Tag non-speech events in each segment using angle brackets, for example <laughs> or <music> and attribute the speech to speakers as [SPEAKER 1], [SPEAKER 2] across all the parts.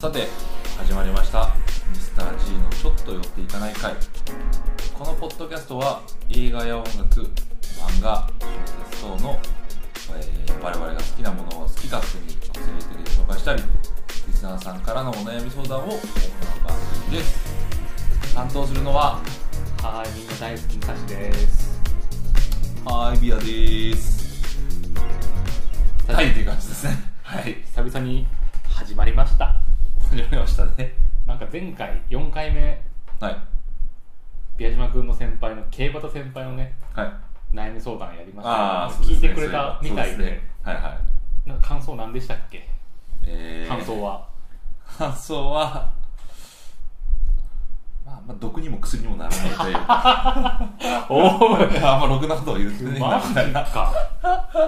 [SPEAKER 1] さて始まりました「Mr.G のちょっと寄っていかない会」このポッドキャストは映画や音楽漫画小説等の、えー我々が好きなものを好き勝手に個性的に紹介したりリスナーさんからのお悩み相談を行う番組です担当するのは
[SPEAKER 2] はい、みんな大好きな歌詞です。
[SPEAKER 1] はいビアですはいっていう感じですねはい
[SPEAKER 2] 久々に始まりました。
[SPEAKER 1] 始まりましたね
[SPEAKER 2] なんか前回4回目、
[SPEAKER 1] はい
[SPEAKER 2] 宮島君の先輩の競馬と先輩のね、
[SPEAKER 1] はい
[SPEAKER 2] 悩み相談やりま
[SPEAKER 1] ああ
[SPEAKER 2] したけど、聞いてくれたみたいで、
[SPEAKER 1] はいはい
[SPEAKER 2] なんか感想何でしたっけ、
[SPEAKER 1] えー
[SPEAKER 2] 感
[SPEAKER 1] <laughs>
[SPEAKER 2] 想は。
[SPEAKER 1] 感想は、まあ、まあ毒にも薬にもならないという
[SPEAKER 2] <laughs>
[SPEAKER 1] か
[SPEAKER 2] おー
[SPEAKER 1] あんまろくなことを言ってねえ
[SPEAKER 2] マ
[SPEAKER 1] な
[SPEAKER 2] ジ
[SPEAKER 1] みたいな
[SPEAKER 2] か。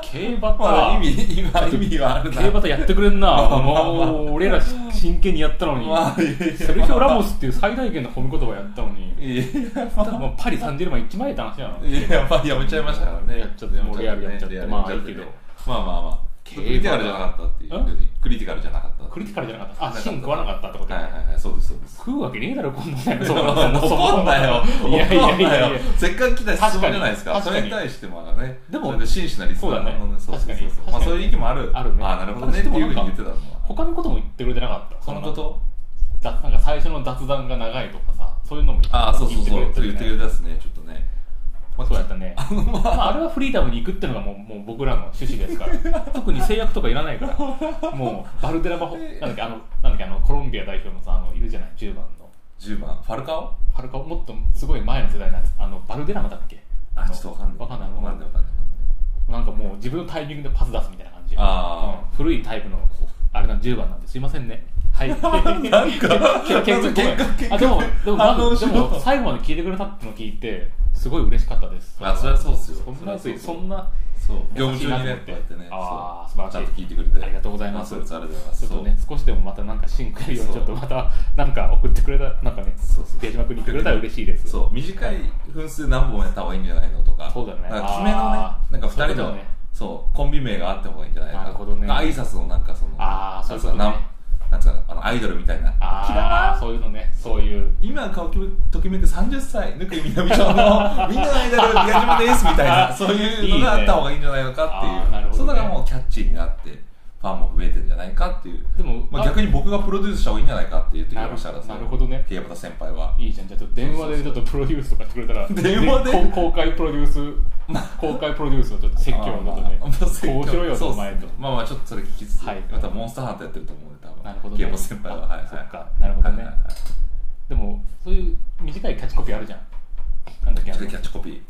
[SPEAKER 2] 競馬と、
[SPEAKER 1] まあ意味意味は意味はあるな
[SPEAKER 2] 競馬とやってくれんな。
[SPEAKER 1] まあまあまあ
[SPEAKER 2] もう、俺ら真剣にやったのに。
[SPEAKER 1] まあいやいや
[SPEAKER 2] セルヒオ・ラモスっていう最大限の褒め言葉やったのに。
[SPEAKER 1] いや
[SPEAKER 2] もうパリ・サンジェルマン行っちまえって話なの
[SPEAKER 1] いやまあやめちゃいましたからね
[SPEAKER 2] やっちゃってもうリアルやっちゃってまあいいけど
[SPEAKER 1] まあまあまあク
[SPEAKER 2] 競馬
[SPEAKER 1] リティカルじゃなかったっていうふうにクリティカルじゃなかった
[SPEAKER 2] クリティ
[SPEAKER 1] カ
[SPEAKER 2] カルじゃなかったあ芯食わなかったってこと、
[SPEAKER 1] はいはいはいそうですそうです
[SPEAKER 2] 食うわけねえだろこんなのや <laughs> つ
[SPEAKER 1] 怒んなよ
[SPEAKER 2] いやいやい
[SPEAKER 1] 怒んな
[SPEAKER 2] やい
[SPEAKER 1] よ
[SPEAKER 2] や
[SPEAKER 1] せっかく来た質問じゃないですか
[SPEAKER 2] 確かに
[SPEAKER 1] それに対してもあのね
[SPEAKER 2] でも
[SPEAKER 1] それ真摯なリスナーのね
[SPEAKER 2] そう
[SPEAKER 1] そうそう
[SPEAKER 2] だね
[SPEAKER 1] そう
[SPEAKER 2] 確かに
[SPEAKER 1] まあそういう意見もある
[SPEAKER 2] あるね
[SPEAKER 1] あなるほどねっていうふうに言ってたのは
[SPEAKER 2] 他のことも言ってくれてなかった
[SPEAKER 1] そのこと
[SPEAKER 2] だなんか最初の雑談が長いとかさそういうのも言って
[SPEAKER 1] ああそうそうそう
[SPEAKER 2] 言ってく
[SPEAKER 1] 言
[SPEAKER 2] れ
[SPEAKER 1] ってて
[SPEAKER 2] る
[SPEAKER 1] く
[SPEAKER 2] よ
[SPEAKER 1] れ
[SPEAKER 2] ね
[SPEAKER 1] たっすねちょっとねまあ
[SPEAKER 2] そうやったね、まあ、あれはフリーダムに行くっていうのがもうもう僕らの趣旨ですから
[SPEAKER 1] <laughs>
[SPEAKER 2] 特に制約とかいらないからもうバルデラバホなんだっけあのなんだっけあのコロンビア代表のさあのいるじゃない10番の
[SPEAKER 1] 10番ファルカオ
[SPEAKER 2] はるかもっとすごい前の世代なんですあのバルデラマだっけ
[SPEAKER 1] あちょっとわかんない
[SPEAKER 2] わかんない
[SPEAKER 1] わかんないわかんないわかんない
[SPEAKER 2] なんかもう自分のタイミングでパス出すみたいな感じ
[SPEAKER 1] あ
[SPEAKER 2] うん古いタイプのあれなん10番なんですいませんねはいなんか
[SPEAKER 1] 喧嘩喧嘩
[SPEAKER 2] あでもでも,、ま
[SPEAKER 1] 反応
[SPEAKER 2] ず、
[SPEAKER 1] し
[SPEAKER 2] で
[SPEAKER 1] ろ
[SPEAKER 2] も最後まで聞いてくれたってのを聞いてすごい嬉しかったです
[SPEAKER 1] あそりゃそうっすよ
[SPEAKER 2] そんな
[SPEAKER 1] そりゃそう
[SPEAKER 2] そんな
[SPEAKER 1] そう業務
[SPEAKER 2] 優し
[SPEAKER 1] 中
[SPEAKER 2] いな
[SPEAKER 1] にね
[SPEAKER 2] と思っ
[SPEAKER 1] こ
[SPEAKER 2] て
[SPEAKER 1] うやってねそ
[SPEAKER 2] あー
[SPEAKER 1] う
[SPEAKER 2] 素晴らしい
[SPEAKER 1] ちゃんと聞いてくれて
[SPEAKER 2] ありがとうございます
[SPEAKER 1] あそうですありがとうございます
[SPEAKER 2] ちょっとね少しでもまたなんかシンクやるようにち
[SPEAKER 1] そ
[SPEAKER 2] ょ
[SPEAKER 1] う
[SPEAKER 2] っとまたなんか送ってくれたなんかね
[SPEAKER 1] そうそう
[SPEAKER 2] 出島君にくれたら嬉しいです
[SPEAKER 1] そう短い分数何本やった方がいいんじゃないのとか
[SPEAKER 2] そうだよね
[SPEAKER 1] なんか決めのね
[SPEAKER 2] あー
[SPEAKER 1] なんか2人
[SPEAKER 2] そう
[SPEAKER 1] の
[SPEAKER 2] だ
[SPEAKER 1] そう,、
[SPEAKER 2] ね
[SPEAKER 1] コンビ名があった方がいいんじゃないの
[SPEAKER 2] なるほどね
[SPEAKER 1] 挨拶のなんかその
[SPEAKER 2] あーそういうことね
[SPEAKER 1] なんかなんつうかあのアイドルみたいなキラ
[SPEAKER 2] ああ
[SPEAKER 1] ラ
[SPEAKER 2] そういうのねそういう
[SPEAKER 1] 今顔きめときめく30歳ぬくいみなみちゃん <laughs> のみんなのアイドル宮島ですみたいなそういうのがあった方がいいんじゃないのかっていう
[SPEAKER 2] いいねあーなるほ
[SPEAKER 1] そ
[SPEAKER 2] ど
[SPEAKER 1] う
[SPEAKER 2] ね
[SPEAKER 1] だからもうキャッチーになってファンも増えてんじゃないかっていう
[SPEAKER 2] でも、
[SPEAKER 1] まあ、逆に僕がプロデュースした方がいいんじゃないかって言ってきましたから
[SPEAKER 2] なるなるほどね
[SPEAKER 1] ケイバタ先輩はい
[SPEAKER 2] いじゃんじゃあちょっと電話でちょっとプロデュースとかしてくれたら
[SPEAKER 1] <laughs> 電話で
[SPEAKER 2] こ公開プロデュ
[SPEAKER 1] <laughs>
[SPEAKER 2] ース公開プロデュースをちょっと説教のことね
[SPEAKER 1] あーまあまあ説教
[SPEAKER 2] こうしろよ
[SPEAKER 1] そうっ
[SPEAKER 2] と
[SPEAKER 1] すね
[SPEAKER 2] 前と
[SPEAKER 1] まあまあちょっとそれ聞きつつ、
[SPEAKER 2] はい
[SPEAKER 1] またモンスターハンターやってると思うんで多分
[SPEAKER 2] なるほど
[SPEAKER 1] ケ
[SPEAKER 2] ね
[SPEAKER 1] イバタ先輩は
[SPEAKER 2] あ
[SPEAKER 1] はいはい
[SPEAKER 2] そっかなるほどね
[SPEAKER 1] はいはいはい
[SPEAKER 2] でもそういう短いキャッチコピーあるじゃんなんだっ
[SPEAKER 1] ち
[SPEAKER 2] け
[SPEAKER 1] ょ
[SPEAKER 2] あ
[SPEAKER 1] っとキャ
[SPEAKER 2] の
[SPEAKER 1] ッチコピー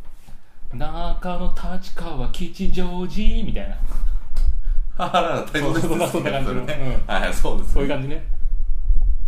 [SPEAKER 2] 中野立川吉祥寺みたいな
[SPEAKER 1] ははは大丈夫です
[SPEAKER 2] そうそうそんな感じの
[SPEAKER 1] それねはいはいそうです
[SPEAKER 2] そういう感じね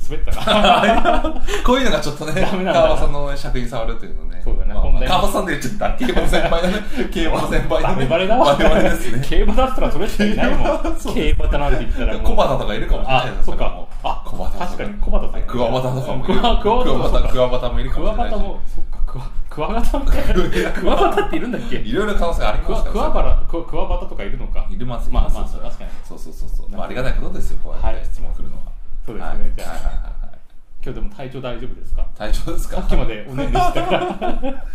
[SPEAKER 2] 滑ったか
[SPEAKER 1] こういうのがちょっとね
[SPEAKER 2] ダメなんだ
[SPEAKER 1] 川場さんの尺に触るというのね
[SPEAKER 2] そうだね
[SPEAKER 1] まあまあ
[SPEAKER 2] 本題
[SPEAKER 1] 川場さんで言っちゃったケイバタ先輩のねケイバタ先輩の
[SPEAKER 2] バ
[SPEAKER 1] ね
[SPEAKER 2] レバレだわ
[SPEAKER 1] バレバレですね
[SPEAKER 2] 競馬だったらそれしかいないもん
[SPEAKER 1] そう
[SPEAKER 2] 競馬だなんて言ったらもう
[SPEAKER 1] 小畑とかいるかもしれない
[SPEAKER 2] あそっかあ
[SPEAKER 1] 小畑と
[SPEAKER 2] 確かに小畑さん
[SPEAKER 1] クワバタとかもいる
[SPEAKER 2] クワクワバタ
[SPEAKER 1] クワバタクワバタもいるか
[SPEAKER 2] ク
[SPEAKER 1] もし
[SPEAKER 2] ワ
[SPEAKER 1] れない
[SPEAKER 2] バ
[SPEAKER 1] し
[SPEAKER 2] タも、そっか、クワ、クワガタみたいな。クワバタっているんだっけ
[SPEAKER 1] いろいろ可能性あり
[SPEAKER 2] ク
[SPEAKER 1] ますから
[SPEAKER 2] ワ、クワバラ、クワクワバタとかいるのか。
[SPEAKER 1] いるます
[SPEAKER 2] まあ
[SPEAKER 1] いる
[SPEAKER 2] まあ、
[SPEAKER 1] それは
[SPEAKER 2] 確かに。
[SPEAKER 1] そうそうそうそう、まあ、ありがたいことですよこうやっ
[SPEAKER 2] はい
[SPEAKER 1] て質問来るのは
[SPEAKER 2] そうですね
[SPEAKER 1] はい
[SPEAKER 2] じゃあ
[SPEAKER 1] はいはいはいはい
[SPEAKER 2] 今日でも体調大丈夫ですか
[SPEAKER 1] 体調ですか
[SPEAKER 2] さっきまでおねんでしたから。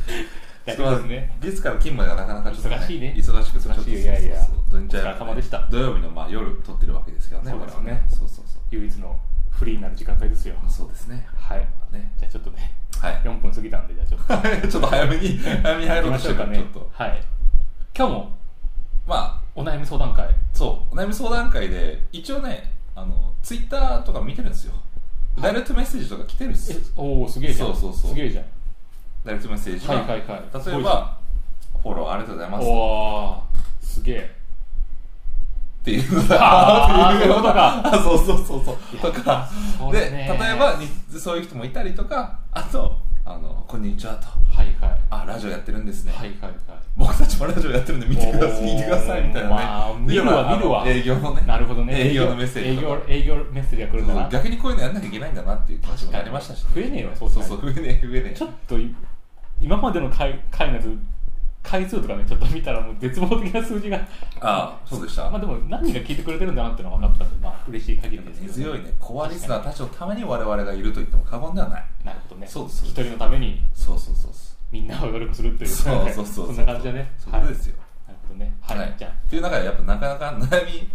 [SPEAKER 1] <laughs>
[SPEAKER 2] 大
[SPEAKER 1] ち
[SPEAKER 2] 丈
[SPEAKER 1] ょ
[SPEAKER 2] 夫
[SPEAKER 1] っと
[SPEAKER 2] です
[SPEAKER 1] ま
[SPEAKER 2] ね。
[SPEAKER 1] あ月から金までがなかなかちょっと、
[SPEAKER 2] 忙しいね
[SPEAKER 1] 忙しく
[SPEAKER 2] 忙しいよ
[SPEAKER 1] ちょっと
[SPEAKER 2] いやいや
[SPEAKER 1] そうそうそう土日は
[SPEAKER 2] お疲れ様でした
[SPEAKER 1] 土曜日のまあ夜撮ってるわけですけどね
[SPEAKER 2] そうですね
[SPEAKER 1] これはそうそうそう
[SPEAKER 2] 唯一のフリーになる時間帯ですよ。
[SPEAKER 1] そうですね
[SPEAKER 2] はい。
[SPEAKER 1] ね
[SPEAKER 2] じゃあちょっとね、
[SPEAKER 1] はい <laughs>
[SPEAKER 2] 4分過ぎたんで、じゃあちょっと。
[SPEAKER 1] ちょっと早めに早めに入ろうとしてるから、
[SPEAKER 2] 行
[SPEAKER 1] ちょっ
[SPEAKER 2] きましょう
[SPEAKER 1] と
[SPEAKER 2] かねはい。今日も
[SPEAKER 1] まあ
[SPEAKER 2] お悩み相談会。
[SPEAKER 1] そうお悩み相談会で一応ねあのツイッターとか見てるんですよダイレクトメッセージとか来てるんです
[SPEAKER 2] え
[SPEAKER 1] よ、
[SPEAKER 2] おおすげえじゃん。
[SPEAKER 1] そうそうそう
[SPEAKER 2] すげえじゃん。
[SPEAKER 1] ダイレクトメッセージ
[SPEAKER 2] はいはいはい
[SPEAKER 1] 例えばフォローありがとうございますっ
[SPEAKER 2] おー、すげえ。
[SPEAKER 1] ていうの
[SPEAKER 2] あー
[SPEAKER 1] ってのが <laughs> そうそうそうそうとか
[SPEAKER 2] そう
[SPEAKER 1] で
[SPEAKER 2] だ
[SPEAKER 1] 例
[SPEAKER 2] ね
[SPEAKER 1] えばにそういう人もいたりとかあとあの「こんにちは」と
[SPEAKER 2] はいはい。
[SPEAKER 1] 「あラジオやってるんですね」
[SPEAKER 2] はいはいはい。
[SPEAKER 1] 僕たちもラジオやってるんで見てください
[SPEAKER 2] おー
[SPEAKER 1] 聞いてくださいみたいなね、
[SPEAKER 2] まあ見るわ
[SPEAKER 1] でまあ
[SPEAKER 2] 見るわ
[SPEAKER 1] あの営業のね
[SPEAKER 2] なるほどね。
[SPEAKER 1] 営業のメッセージ
[SPEAKER 2] 営
[SPEAKER 1] とか
[SPEAKER 2] 業、営業メッセージが来るんだな。
[SPEAKER 1] 逆にこういうのやんなきゃいけないんだなっていう気持ちも
[SPEAKER 2] 確かに
[SPEAKER 1] ありましたし、
[SPEAKER 2] 増えねえわ
[SPEAKER 1] そ
[SPEAKER 2] そうう
[SPEAKER 1] そう
[SPEAKER 2] 考え
[SPEAKER 1] そう増えねえ増えねえ
[SPEAKER 2] ちょっとい、今までの回、回のやつ、回数とかねちょっと見たらもう絶望的な数字が
[SPEAKER 1] ああそうでした、
[SPEAKER 2] まあでも何人が聞いてくれてるんだなっていうのは分かったんでまあ嬉しい限りですけ
[SPEAKER 1] 根
[SPEAKER 2] ど
[SPEAKER 1] 強いねコアリスナーたちのために我々がいると言っても過言ではない
[SPEAKER 2] なるほどね
[SPEAKER 1] そうですそう
[SPEAKER 2] 一
[SPEAKER 1] です
[SPEAKER 2] 人のために
[SPEAKER 1] そうそうそうそ
[SPEAKER 2] みんなを努力するという
[SPEAKER 1] うそうそうそう
[SPEAKER 2] <laughs> そんな感じだね
[SPEAKER 1] そうそうですよ、
[SPEAKER 2] なるほどねはい、じゃ
[SPEAKER 1] っていう中でやっぱなかなか悩み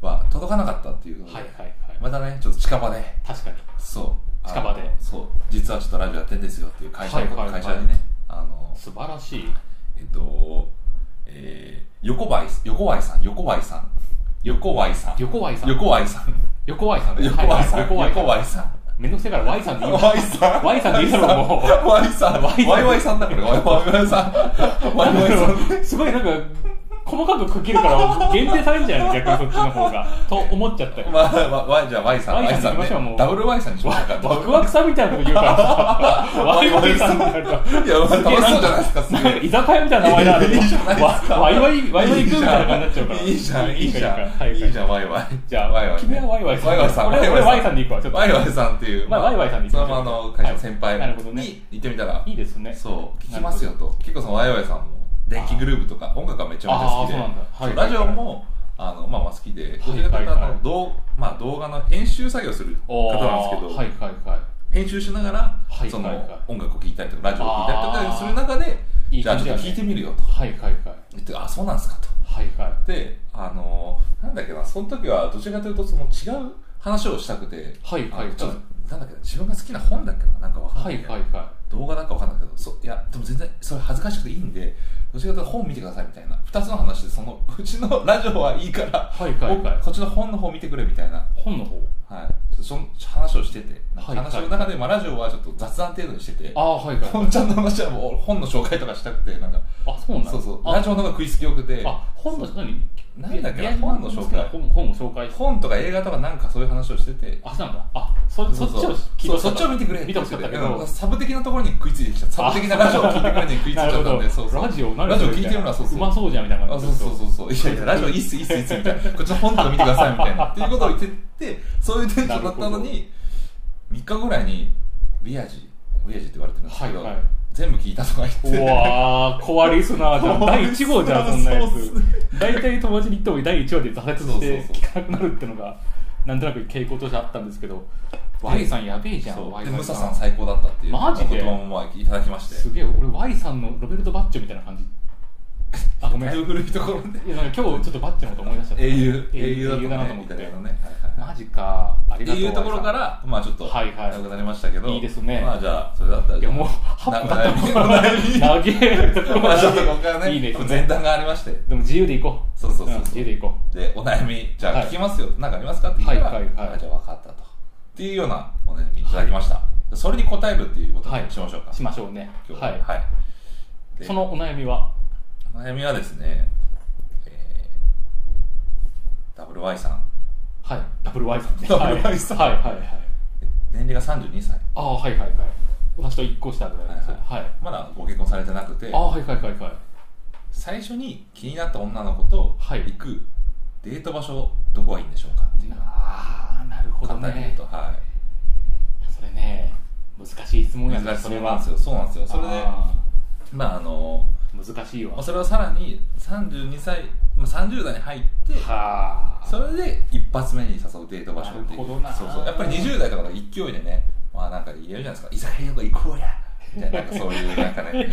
[SPEAKER 1] は届かなかったっていう
[SPEAKER 2] あ
[SPEAKER 1] ので、
[SPEAKER 2] はいはいはい、
[SPEAKER 1] またねちょっと近場で
[SPEAKER 2] 確かに
[SPEAKER 1] そうあの
[SPEAKER 2] 近場で
[SPEAKER 1] そう実はちょっとラジオやってんですよっていう会社,、
[SPEAKER 2] はいはいはい
[SPEAKER 1] 会社にねあの
[SPEAKER 2] 素晴らしい
[SPEAKER 1] えっと、えー、横ばい横ばいさん横ばいさん横ばいさん
[SPEAKER 2] 横 Y さん
[SPEAKER 1] 横ばいさん
[SPEAKER 2] 横 Y さん
[SPEAKER 1] 横ばいさん
[SPEAKER 2] 横
[SPEAKER 1] 横
[SPEAKER 2] Y さん
[SPEAKER 1] ばいさん
[SPEAKER 2] めんどくせえから Y さんでいいわ
[SPEAKER 1] Y さん
[SPEAKER 2] Y さんでいいだろもう
[SPEAKER 1] ワイさん、ワ
[SPEAKER 2] ワイさ
[SPEAKER 1] イ
[SPEAKER 2] ん
[SPEAKER 1] ワイさんだから、ワイワイさん、ワイワイさん。
[SPEAKER 2] すごいなんか細かく区切るから限定されるんじゃない逆にそっちの方がと思っちゃったよ
[SPEAKER 1] まあ、わわじゃあ、ワイさん、
[SPEAKER 2] ワイさ
[SPEAKER 1] ワ
[SPEAKER 2] ん行きましょう
[SPEAKER 1] ね
[SPEAKER 2] も、う
[SPEAKER 1] ダブルワイさんにしましょうか。
[SPEAKER 2] ワクワクさみたいなこと言うからさワイワイさんってなると
[SPEAKER 1] いや、まあ楽しそうじゃないですか、す
[SPEAKER 2] なん
[SPEAKER 1] げ
[SPEAKER 2] か
[SPEAKER 1] え
[SPEAKER 2] 居酒屋みたいな名前だ
[SPEAKER 1] いいじゃないですか
[SPEAKER 2] わワイワイワイワイ君みたいな感じになっちゃうから
[SPEAKER 1] いいじゃん、いいじゃ
[SPEAKER 2] か
[SPEAKER 1] ん
[SPEAKER 2] か、はい
[SPEAKER 1] いいじゃん、ワイワイ。
[SPEAKER 2] じゃあ
[SPEAKER 1] ワイワイね。
[SPEAKER 2] 君はワイワイさん
[SPEAKER 1] ワイワイさん。
[SPEAKER 2] 俺俺ワイさんで行くわちょっと
[SPEAKER 1] ワイワイさんっていう、
[SPEAKER 2] まあワイワイさんで行き
[SPEAKER 1] そ
[SPEAKER 2] ましょ
[SPEAKER 1] の
[SPEAKER 2] う
[SPEAKER 1] ままの会社の先
[SPEAKER 2] はいなるほ
[SPEAKER 1] 輩
[SPEAKER 2] どね
[SPEAKER 1] に行ってみたら
[SPEAKER 2] い、いですね
[SPEAKER 1] そう、聞きますよと。結構そのワイワイさんも、電気グループとか音楽がめちゃめちゃ好きで
[SPEAKER 2] あーそうなんだはい
[SPEAKER 1] そう、ラジオも、あの、まあまあ好きで、どちらかというと
[SPEAKER 2] はいはい
[SPEAKER 1] あ
[SPEAKER 2] はい
[SPEAKER 1] の動まあ動画の編集作業する
[SPEAKER 2] お
[SPEAKER 1] 方
[SPEAKER 2] ー
[SPEAKER 1] なんですけど、
[SPEAKER 2] はいはいはい
[SPEAKER 1] 編集しながら、
[SPEAKER 2] はい
[SPEAKER 1] その
[SPEAKER 2] はいはい
[SPEAKER 1] 音楽を聴いたりとかラジオを聴いたりとかする中で
[SPEAKER 2] あー
[SPEAKER 1] じゃあちょっと
[SPEAKER 2] いい感じだね
[SPEAKER 1] 聴いてみるよと
[SPEAKER 2] はいはいはい
[SPEAKER 1] 言ってあそうなんですかと
[SPEAKER 2] はいはい
[SPEAKER 1] であのーなんだっけなその時はどちらかというとその違う話をしたくて
[SPEAKER 2] はいはい
[SPEAKER 1] あ
[SPEAKER 2] は
[SPEAKER 1] の
[SPEAKER 2] い
[SPEAKER 1] ちょっとなんだっけな自分が好きな本だっけななんかわかん
[SPEAKER 2] は
[SPEAKER 1] ないいけど、
[SPEAKER 2] はいは
[SPEAKER 1] 動画なんかわかんないけどそいやでも全然それ恥ずかしくていいんでどちらかというと本見てくださいみたいな2つの話でそのうちのラジオはいいから、
[SPEAKER 2] いはいはいはい
[SPEAKER 1] こっちの本の方見てくれみたいな
[SPEAKER 2] 本の方
[SPEAKER 1] はい、ちょっとその話をしてて、
[SPEAKER 2] はい
[SPEAKER 1] 話の中で、まあ、ラジオはちょっと雑談程度にしてて、
[SPEAKER 2] ああはいはい
[SPEAKER 1] 本ちゃんの話はもう本の紹介とかしたくて、なんか、
[SPEAKER 2] あそうなんだ
[SPEAKER 1] そうそう、
[SPEAKER 2] あ
[SPEAKER 1] ラジオの方が食いつきよくて、
[SPEAKER 2] あ本の何
[SPEAKER 1] なんだっけな
[SPEAKER 2] 宮島
[SPEAKER 1] 本の紹介
[SPEAKER 2] 本本を紹介し
[SPEAKER 1] 本とか映画とかなんかそういう話をしてて、
[SPEAKER 2] あそうなんだあそそっちを聞いて
[SPEAKER 1] そ
[SPEAKER 2] ほ
[SPEAKER 1] う
[SPEAKER 2] し
[SPEAKER 1] そ
[SPEAKER 2] かた
[SPEAKER 1] っちを見てくれ
[SPEAKER 2] 見てほしかったけ
[SPEAKER 1] うん
[SPEAKER 2] ど
[SPEAKER 1] サブ的なところに食いついてきちゃった、サブ的なラジオを聞いてくれに食いついちゃったん
[SPEAKER 2] な
[SPEAKER 1] で、
[SPEAKER 2] る
[SPEAKER 1] そ
[SPEAKER 2] ほ
[SPEAKER 1] う
[SPEAKER 2] ど
[SPEAKER 1] そう
[SPEAKER 2] ラジオ
[SPEAKER 1] ラジオ聞いてるのはそうそう
[SPEAKER 2] うまそうじゃんみたいな
[SPEAKER 1] あ
[SPEAKER 2] 感じ
[SPEAKER 1] そうそうそうそういやいやラジオいいっすいいっすいいっすみたいなこっちの本とか見てくださいみたいなっていうことを言ってってそういうテンションだったの
[SPEAKER 2] なる
[SPEAKER 1] に3日ぐらいにビアジビアジって言われてるんですけど、
[SPEAKER 2] はいはい
[SPEAKER 1] 全部聞いたとか言って
[SPEAKER 2] うわーコアリスナー
[SPEAKER 1] <laughs>
[SPEAKER 2] じゃん
[SPEAKER 1] コア
[SPEAKER 2] 第
[SPEAKER 1] リス
[SPEAKER 2] 1
[SPEAKER 1] ナー
[SPEAKER 2] 号じゃんそんなや
[SPEAKER 1] そうっすね
[SPEAKER 2] つ大体友達に言っても第1号で挫折して
[SPEAKER 1] そうそうそう
[SPEAKER 2] 聞かなくなるってのがなんとなく傾向としてあったんですけど Y さんやべえじゃ
[SPEAKER 1] そ
[SPEAKER 2] ん
[SPEAKER 1] う
[SPEAKER 2] Y
[SPEAKER 1] でムサさ
[SPEAKER 2] さ
[SPEAKER 1] ん最高だったっていう
[SPEAKER 2] マジで
[SPEAKER 1] お言葉もまあいただきま
[SPEAKER 2] ん
[SPEAKER 1] して
[SPEAKER 2] すげえ俺 Y さんのロベルト・バッチョみたいな感じあごめん
[SPEAKER 1] だいぶ古いところで
[SPEAKER 2] いやなんか今日ちょっとバッチョのこと思い出しちゃった
[SPEAKER 1] 英雄
[SPEAKER 2] 英
[SPEAKER 1] 英
[SPEAKER 2] 雄
[SPEAKER 1] 雄
[SPEAKER 2] だ
[SPEAKER 1] だったね
[SPEAKER 2] なと思っ
[SPEAKER 1] み
[SPEAKER 2] て
[SPEAKER 1] たいなね、はいはいはい
[SPEAKER 2] マジかあり
[SPEAKER 1] って
[SPEAKER 2] がとう
[SPEAKER 1] いうところか
[SPEAKER 2] Y
[SPEAKER 1] ら、まあちょっと、
[SPEAKER 2] はいはい
[SPEAKER 1] 長くなりましたけど、
[SPEAKER 2] いいですね
[SPEAKER 1] まあじゃあ、それだったら、
[SPEAKER 2] さんいやもう
[SPEAKER 1] な
[SPEAKER 2] 8分だった
[SPEAKER 1] なな
[SPEAKER 2] 長え
[SPEAKER 1] まあちょっとここからね、
[SPEAKER 2] いいね
[SPEAKER 1] 前段がありまして、
[SPEAKER 2] でも自由で行こう
[SPEAKER 1] そうそうそうそうん
[SPEAKER 2] 自由で行こ
[SPEAKER 1] で、お悩み、じゃ
[SPEAKER 2] は
[SPEAKER 1] あ
[SPEAKER 2] い
[SPEAKER 1] 聞きますよ、なんかありますかって言ったら、
[SPEAKER 2] はいはいはい
[SPEAKER 1] あじゃあ分かったと。っていうようなお悩みいただきました。それに答えるっていうこと
[SPEAKER 2] はい
[SPEAKER 1] にしましょうか。
[SPEAKER 2] うしましょうね
[SPEAKER 1] 今日
[SPEAKER 2] は
[SPEAKER 1] は。
[SPEAKER 2] い
[SPEAKER 1] はい。で
[SPEAKER 2] そのお悩みは
[SPEAKER 1] お悩みはですね、えー、WY さん、
[SPEAKER 2] はいダブル Y さんね
[SPEAKER 1] WY さん
[SPEAKER 2] はいはいはいはい
[SPEAKER 1] 年齢が32歳。
[SPEAKER 2] ああはいはいはい私と一個下ぐらいです
[SPEAKER 1] はい
[SPEAKER 2] はい
[SPEAKER 1] まだご結婚されてなくて、
[SPEAKER 2] ああはいはいはいはい
[SPEAKER 1] 最初に気になった女の子と
[SPEAKER 2] はい
[SPEAKER 1] 行くデート場所どこがいいんでしょうかっていう
[SPEAKER 2] ああなるほど
[SPEAKER 1] 簡単に言う
[SPEAKER 2] ね
[SPEAKER 1] とは
[SPEAKER 2] それね難しい質
[SPEAKER 1] い
[SPEAKER 2] 問や
[SPEAKER 1] 難しい
[SPEAKER 2] そ
[SPEAKER 1] そう
[SPEAKER 2] れ
[SPEAKER 1] なん
[SPEAKER 2] は
[SPEAKER 1] ですよそうなんですよそれで
[SPEAKER 2] あ
[SPEAKER 1] まああの
[SPEAKER 2] ー難しいわ
[SPEAKER 1] まあそれをさらに32歳、まあ、30代に入って
[SPEAKER 2] はあ
[SPEAKER 1] それで一発目に誘うデート場所ってい
[SPEAKER 2] なる
[SPEAKER 1] う
[SPEAKER 2] ほどな
[SPEAKER 1] そうそうやっぱり20代とかの勢いでねまあなんか言えるじゃないですか「いざ平和行こうや」みたいななんかそういうなんかね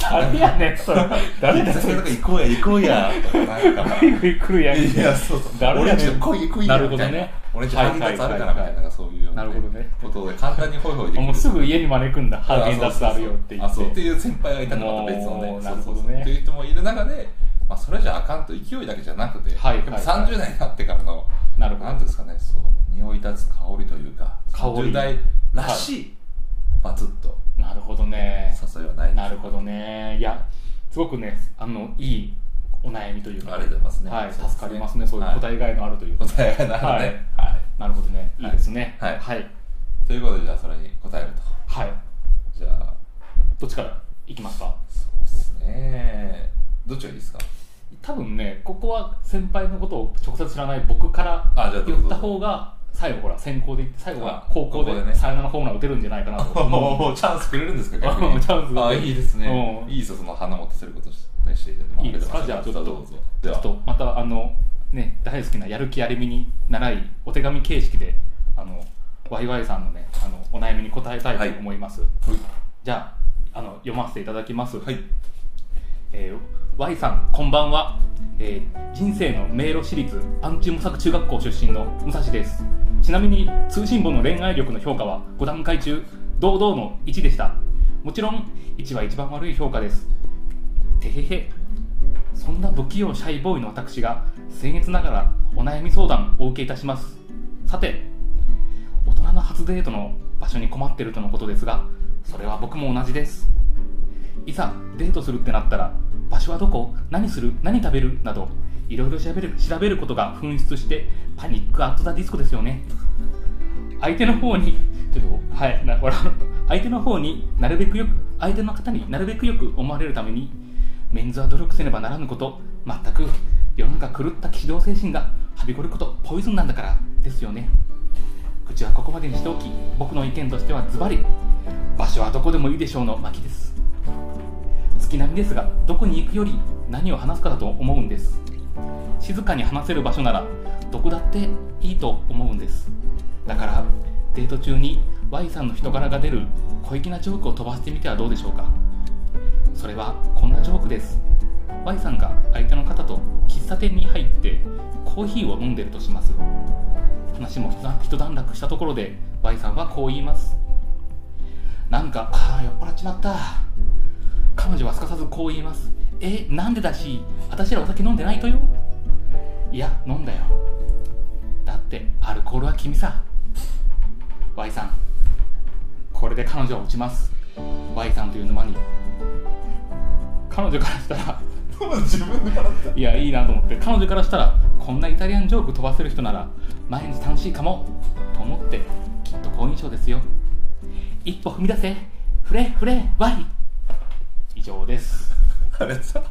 [SPEAKER 2] 誰やねんそれ <laughs> 誰だ
[SPEAKER 1] 居
[SPEAKER 2] そ
[SPEAKER 1] 酒
[SPEAKER 2] れ
[SPEAKER 1] 屋とか行こうや行こうやとかなんか
[SPEAKER 2] グイグイ来るやん
[SPEAKER 1] いや、そうそう。
[SPEAKER 2] 誰
[SPEAKER 1] 俺
[SPEAKER 2] やねん
[SPEAKER 1] んちの来い来いや
[SPEAKER 2] なるほどね
[SPEAKER 1] みたい俺んちハーゲンダッツあるからみたいな、なんかそういうような
[SPEAKER 2] なるほどね
[SPEAKER 1] ことで簡単にホイホイできる。
[SPEAKER 2] もうすぐ家に招くんだハーゲンダッツあるよって言
[SPEAKER 1] あ、
[SPEAKER 2] っ
[SPEAKER 1] そうって
[SPEAKER 2] て
[SPEAKER 1] いう先輩がいたのまた別の
[SPEAKER 2] も
[SPEAKER 1] ね。
[SPEAKER 2] う
[SPEAKER 1] そ
[SPEAKER 2] な
[SPEAKER 1] う
[SPEAKER 2] る
[SPEAKER 1] そ
[SPEAKER 2] ほ
[SPEAKER 1] う
[SPEAKER 2] ど
[SPEAKER 1] そう。
[SPEAKER 2] ね
[SPEAKER 1] っていう人もいる中で、まあ、それじゃあかんと勢いだけじゃなくて、
[SPEAKER 2] はいはい
[SPEAKER 1] やっぱ30代になってからの、
[SPEAKER 2] なるほど
[SPEAKER 1] なんていうんですかね、そう、匂い立つ香りというか、
[SPEAKER 2] 香り
[SPEAKER 1] 30代らしい、バツッと
[SPEAKER 2] なるほどね
[SPEAKER 1] 誘いはない
[SPEAKER 2] なるほどねいやすごくねあのいいお悩みというか
[SPEAKER 1] ありがとうございますね
[SPEAKER 2] はい、
[SPEAKER 1] そうですね
[SPEAKER 2] 助かりますねそういう
[SPEAKER 1] はい
[SPEAKER 2] 答えがいのあるというか、
[SPEAKER 1] 答えがないので、はい。
[SPEAKER 2] なるほどねいいですね
[SPEAKER 1] はい
[SPEAKER 2] はい、
[SPEAKER 1] ということで、じゃあそれに答えると。
[SPEAKER 2] はい
[SPEAKER 1] じゃあ、
[SPEAKER 2] どっちからいきますか
[SPEAKER 1] そうですね。どっちがいいですか
[SPEAKER 2] 多分ねここは先輩のことを直接知らない僕から
[SPEAKER 1] あじゃあどうぞ
[SPEAKER 2] 言った方が最後ほら先行で言って最後は
[SPEAKER 1] あ
[SPEAKER 2] 高
[SPEAKER 1] 高
[SPEAKER 2] 校
[SPEAKER 1] 校で
[SPEAKER 2] で
[SPEAKER 1] ね
[SPEAKER 2] サヨナラホームラン打てるんじゃないかなと思う <laughs>
[SPEAKER 1] チャンスくれるんですか逆
[SPEAKER 2] あもう
[SPEAKER 1] に
[SPEAKER 2] <laughs> チャンス
[SPEAKER 1] あいいですね
[SPEAKER 2] うん
[SPEAKER 1] いいですよその花持たせることして介していただいても
[SPEAKER 2] いいですか
[SPEAKER 1] あ
[SPEAKER 2] じゃあちょっ
[SPEAKER 1] どう
[SPEAKER 2] と
[SPEAKER 1] ぞ
[SPEAKER 2] ち
[SPEAKER 1] で
[SPEAKER 2] ょっ
[SPEAKER 1] は
[SPEAKER 2] とまたあのね大好きなやる気ありみに習いお手紙形式であのワイワイさんのねあのお悩みに答えたいと思います、じゃああの読ませていただきます、
[SPEAKER 1] はい
[SPEAKER 2] えー Y さんこんばんは、えー人生の迷路私立アンチ模索中学校出身の武蔵ですちなみに通信簿の恋愛力の評価は5段階中堂々の1でしたもちろん1は一番悪い評価ですてへへそんな不器用シャイボーイの私が僭越ながらお悩み相談をお受けいたしますさて大人の初デートの場所に困ってるとのことですがそれは僕も同じですいざデートするってなったら場所はどこ何する何食べるなどいろいろ調べる調べることが噴出してパニックアットザディスコですよね相手の方にちょっとはいな笑う相手の方になるべくよく相手の方になるべくよく思われるためにメンズは努力せねばならぬこと全く世の中狂った機動精神がはびこることポイズンなんだからですよね口はここまでにしておき僕の意見としてはズバリ場所はどこでもいいでしょうの巻です月並みですがどこに行くより何を話すかだと思うんです静かに話せる場所ならどこだっていいと思うんですだからデート中に Y さんの人柄が出る小粋なジョークを飛ばしてみてはどうでしょうかそれはこんなジョークです Y さんが相手の方と喫茶店に入ってコーヒーを飲んでるとします話も一段落したところで Y さんはこう言いますなんかああ酔っ払っちまった彼女はすかさずこう言いますえなんでだし私らお酒飲んでないとよいや飲んだよだってアルコールは君さ Y さんこれで彼女は落ちます Y さんという沼に彼女からしたら
[SPEAKER 1] 自分からだ
[SPEAKER 2] いやいいなと思って彼女からしたらこんなイタリアンジョーク飛ばせる人なら毎日楽しいかもと思ってきっと好印象ですよ一歩踏み出せフレフレワイ以上です
[SPEAKER 1] あれさ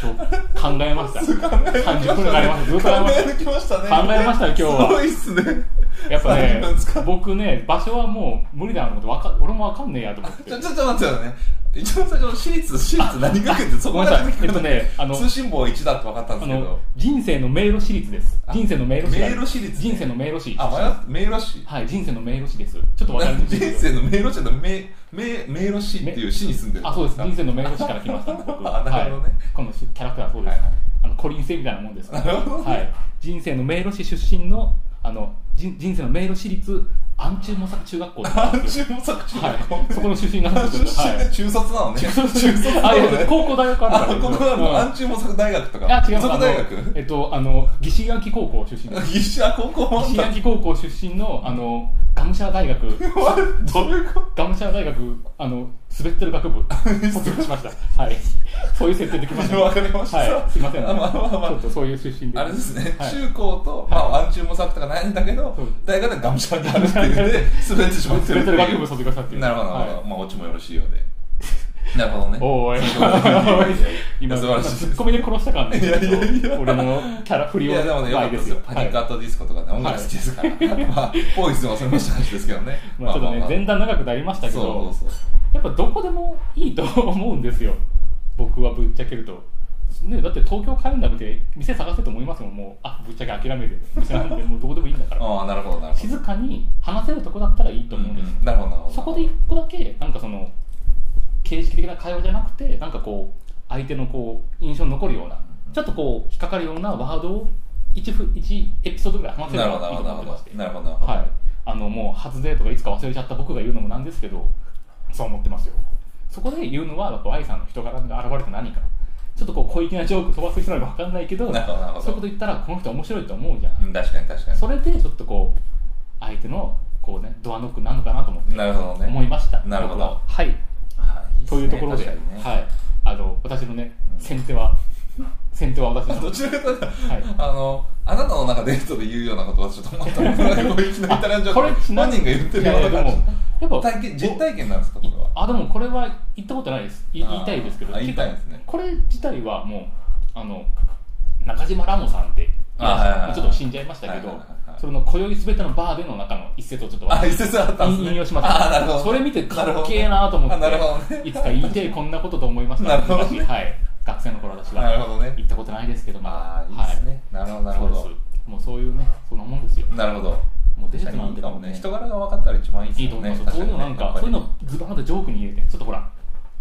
[SPEAKER 2] 今日考
[SPEAKER 1] <laughs>
[SPEAKER 2] えました30分かりましたずっと考えまし
[SPEAKER 1] きましたね
[SPEAKER 2] 考えましたよ今日は
[SPEAKER 1] すごいっすね
[SPEAKER 2] たやっぱ
[SPEAKER 1] 30
[SPEAKER 2] ね
[SPEAKER 1] 分ですか
[SPEAKER 2] 僕ね場所はもう無理だなと思ってわか俺もわかんねえやと思って
[SPEAKER 1] <laughs> ちょちょっと待ってくださいね一番最初の私立私立何学園ってそ
[SPEAKER 2] ご
[SPEAKER 1] こ
[SPEAKER 2] めん
[SPEAKER 1] か
[SPEAKER 2] な
[SPEAKER 1] ら
[SPEAKER 2] さいえっとねあの
[SPEAKER 1] 通信簿1だって分かったんです
[SPEAKER 2] あ
[SPEAKER 1] け
[SPEAKER 2] の
[SPEAKER 1] ど
[SPEAKER 2] 人生の迷路シリーズです
[SPEAKER 1] あ
[SPEAKER 2] 人生の迷路シリーズ
[SPEAKER 1] 迷路シリーズ
[SPEAKER 2] 人生の迷路シリーズ
[SPEAKER 1] あ迷った迷路市
[SPEAKER 2] はい人生の迷路シリーズですちょっとわかんな
[SPEAKER 1] <laughs>
[SPEAKER 2] い
[SPEAKER 1] 人生の迷路市の迷迷迷路市っていう市に住んでる
[SPEAKER 2] あそうです
[SPEAKER 1] か
[SPEAKER 2] 人生の迷路師から来ましたね僕
[SPEAKER 1] <laughs> あなるほどね
[SPEAKER 2] はい、このキャラクターはそうです、
[SPEAKER 1] はいはい
[SPEAKER 2] あのコリン星みたいなもんですから、
[SPEAKER 1] なるほどね
[SPEAKER 2] はい、人生の迷路師出身のあの人人生の迷路市立暗中模索中学校だったんですよ
[SPEAKER 1] 中作中学校
[SPEAKER 2] はい、そこの出身なん
[SPEAKER 1] あ
[SPEAKER 2] ですけど、
[SPEAKER 1] 出身
[SPEAKER 2] は
[SPEAKER 1] で中卒なのね中卒
[SPEAKER 2] い、
[SPEAKER 1] な
[SPEAKER 2] あい
[SPEAKER 1] のね
[SPEAKER 2] や高校大学あるか
[SPEAKER 1] あ
[SPEAKER 2] ら
[SPEAKER 1] ここな
[SPEAKER 2] うん
[SPEAKER 1] のアンチ模索大学とか
[SPEAKER 2] あ違う
[SPEAKER 1] 模索大学
[SPEAKER 2] あのえっとあの義士焼高校出身です
[SPEAKER 1] 一 <laughs> 緒あ高校もあっ
[SPEAKER 2] 義士
[SPEAKER 1] た
[SPEAKER 2] 焼高校出身のあのガムシャー大学
[SPEAKER 1] どういうこと
[SPEAKER 2] ガムシャー大学あの滑ってる学部卒業しましたはいそういう設定できましたね
[SPEAKER 1] わかりました
[SPEAKER 2] はい、すいません、
[SPEAKER 1] あまあまあまあ
[SPEAKER 2] ちょっとそういう出身で
[SPEAKER 1] あれですね、
[SPEAKER 2] はい
[SPEAKER 1] 中高と、まあ、アンチ模索とかないんだけど
[SPEAKER 2] そう、
[SPEAKER 1] 大学でガムシャンがあるっていうので、滑ってしまってるっ
[SPEAKER 2] 滑ってて
[SPEAKER 1] いう
[SPEAKER 2] る学部卒業したっていう
[SPEAKER 1] なるほど、なるほど。まあ、オチもよろしいよ
[SPEAKER 2] <laughs>
[SPEAKER 1] うで。なるほどね。
[SPEAKER 2] おーおい
[SPEAKER 1] そう <laughs> いうことでいやいやいや
[SPEAKER 2] 今
[SPEAKER 1] 素晴らしいです
[SPEAKER 2] ツッコミで殺したからね
[SPEAKER 1] いやいやいや
[SPEAKER 2] 俺のキャラ振
[SPEAKER 1] い
[SPEAKER 2] りを
[SPEAKER 1] やでもね、よかったですよ。パニックア
[SPEAKER 2] は
[SPEAKER 1] ッ
[SPEAKER 2] い
[SPEAKER 1] トディスコとかね、音楽好きですから。まあ、 <laughs> ポイズンはそれもした話ですけどね。
[SPEAKER 2] <laughs> まあ、ちょっとね、前段長くなりましたけど
[SPEAKER 1] そうそうそう。
[SPEAKER 2] やっぱどこでもいいと思うんですよ僕はぶっちゃけると、ね、だって東京カレンダー見て店探せと思いますもんもうあぶっちゃけ諦めて店なんてもうどこでもいいんだ
[SPEAKER 1] <laughs>
[SPEAKER 2] から
[SPEAKER 1] ああ、なるほど、なるほど。
[SPEAKER 2] 静かに話せるとこだったらいいと思うんです、
[SPEAKER 1] うんなるほど、なるほど。
[SPEAKER 2] そこで一個だけなんかその形式的な会話じゃなくてなんかこう相手のこう印象に残るようなちょっとこう引っかかるようなワードを 1, ふ一エピソードぐらい話せ
[SPEAKER 1] な
[SPEAKER 2] ば
[SPEAKER 1] る
[SPEAKER 2] い
[SPEAKER 1] ほど、
[SPEAKER 2] いと
[SPEAKER 1] なるほど、なる
[SPEAKER 2] 思って
[SPEAKER 1] ほ
[SPEAKER 2] まして
[SPEAKER 1] ど。なるほど。
[SPEAKER 2] はいあのもう初デートがいつか忘れちゃった僕が言うのもなんですけどそう思ってますよそこで言うのはやっぱ Y さんの人柄が現れて何かちょっとこう小粋なジョーク飛ばす人なのか分かんないけど
[SPEAKER 1] なるほどなるほど
[SPEAKER 2] そういうこと言ったらこの人面白いと思うじゃん
[SPEAKER 1] うん確かに、確か
[SPEAKER 2] それでちょっとこう相手のこうねドアノックなのかなと思って
[SPEAKER 1] に。なるほどね。
[SPEAKER 2] 思いました、
[SPEAKER 1] なるほど
[SPEAKER 2] 僕ははい
[SPEAKER 1] はい
[SPEAKER 2] というところで、
[SPEAKER 1] いいすね確かに
[SPEAKER 2] は
[SPEAKER 1] ね。
[SPEAKER 2] い、あの私のね
[SPEAKER 1] うん
[SPEAKER 2] 先手は、 <laughs> 先手は
[SPEAKER 1] <laughs>
[SPEAKER 2] 私の
[SPEAKER 1] どちらかというと、
[SPEAKER 2] はい
[SPEAKER 1] あの、あなたの中でデートで言うようなことはちょっとまた僕らがこういきなりイタリアンジョーク
[SPEAKER 2] これちな
[SPEAKER 1] 本人が言ってるような
[SPEAKER 2] でもやっぱ
[SPEAKER 1] 体験実体験なんですかこれは
[SPEAKER 2] あでもこれは言ったことないですい
[SPEAKER 1] あー
[SPEAKER 2] 言いたいですけど
[SPEAKER 1] あ言いたいですね
[SPEAKER 2] てかこれ自体はもうあの中島ラモさんって
[SPEAKER 1] あはいはいはい
[SPEAKER 2] ちょっと死んじゃいましたけど、
[SPEAKER 1] はいはいはいはい
[SPEAKER 2] それの「今宵すべてのバーで」の中の一節をちょっと
[SPEAKER 1] あ一説あったんですね
[SPEAKER 2] 引用しました
[SPEAKER 1] あなるほど
[SPEAKER 2] それ見てかっけえなと思って
[SPEAKER 1] なるほどね
[SPEAKER 2] いつか言いてえこんなことと思いました
[SPEAKER 1] なるほどね
[SPEAKER 2] 昔はい学生の頃私
[SPEAKER 1] なる
[SPEAKER 2] は
[SPEAKER 1] ほどね
[SPEAKER 2] 行ったことないですけどまだ
[SPEAKER 1] ああいいですね、なるほどなる
[SPEAKER 2] はい、
[SPEAKER 1] ほ
[SPEAKER 2] そう
[SPEAKER 1] ど
[SPEAKER 2] ですもうそういうねそんなもんですよ
[SPEAKER 1] なるほど
[SPEAKER 2] もう
[SPEAKER 1] 確
[SPEAKER 2] デー
[SPEAKER 1] か
[SPEAKER 2] トな
[SPEAKER 1] にい
[SPEAKER 2] ん
[SPEAKER 1] い
[SPEAKER 2] て
[SPEAKER 1] かも
[SPEAKER 2] もう
[SPEAKER 1] ね人柄が分かったら一番いい
[SPEAKER 2] いい
[SPEAKER 1] です
[SPEAKER 2] と
[SPEAKER 1] よ
[SPEAKER 2] 思い
[SPEAKER 1] ね
[SPEAKER 2] ます、そういうのなん
[SPEAKER 1] 確
[SPEAKER 2] か
[SPEAKER 1] に
[SPEAKER 2] そういう
[SPEAKER 1] ね
[SPEAKER 2] のズバーンとジョークに入れてちょっとほら